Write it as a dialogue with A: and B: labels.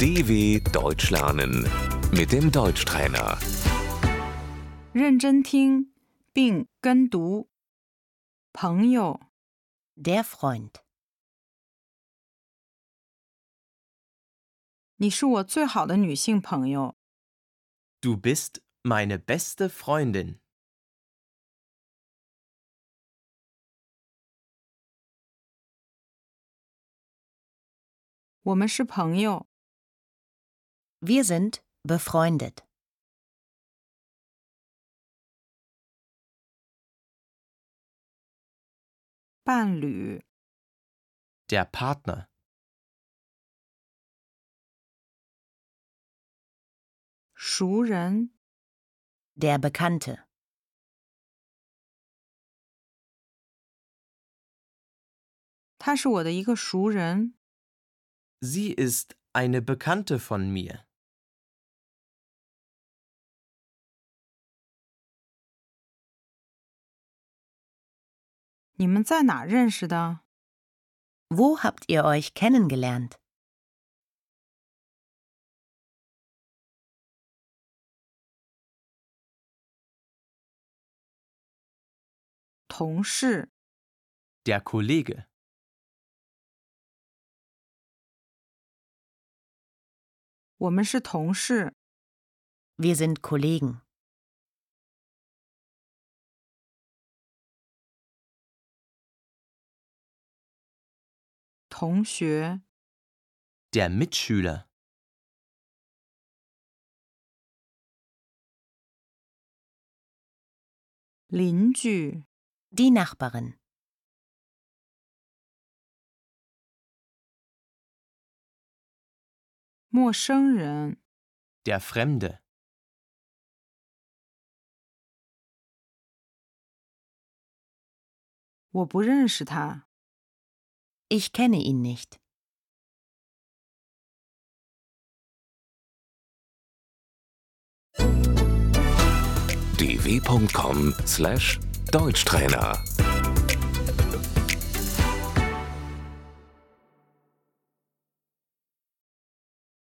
A: DW Deutsch lernen mit dem Deutschtrainer.
B: 认真听并跟读。朋友，
C: Der Freund.
B: 你是我最好的女性朋友。
D: Du bist meine beste Freundin.
B: 我们是朋友，
C: Wir sind befreundet.
B: 伴侣，
D: Der Partner.
B: 熟人，
C: Der Bekannte.
B: 他是我的一个熟人。
D: Sie ist eine Bekannte von mir.
B: 你们在哪认识的？
C: Wo habt ihr euch kennengelernt?
B: 同事，
D: Der Kollege.
B: 我们是同事。
C: Wir sind Kollegen.
B: 同学，
D: Der Mitschüler.
B: 邻居，
C: Die Nachbarin.
B: 陌生人，
D: Der Fremde.
B: 我不认识他。
C: Ich kenne ihn nicht.
A: dw.com/deutschtrainer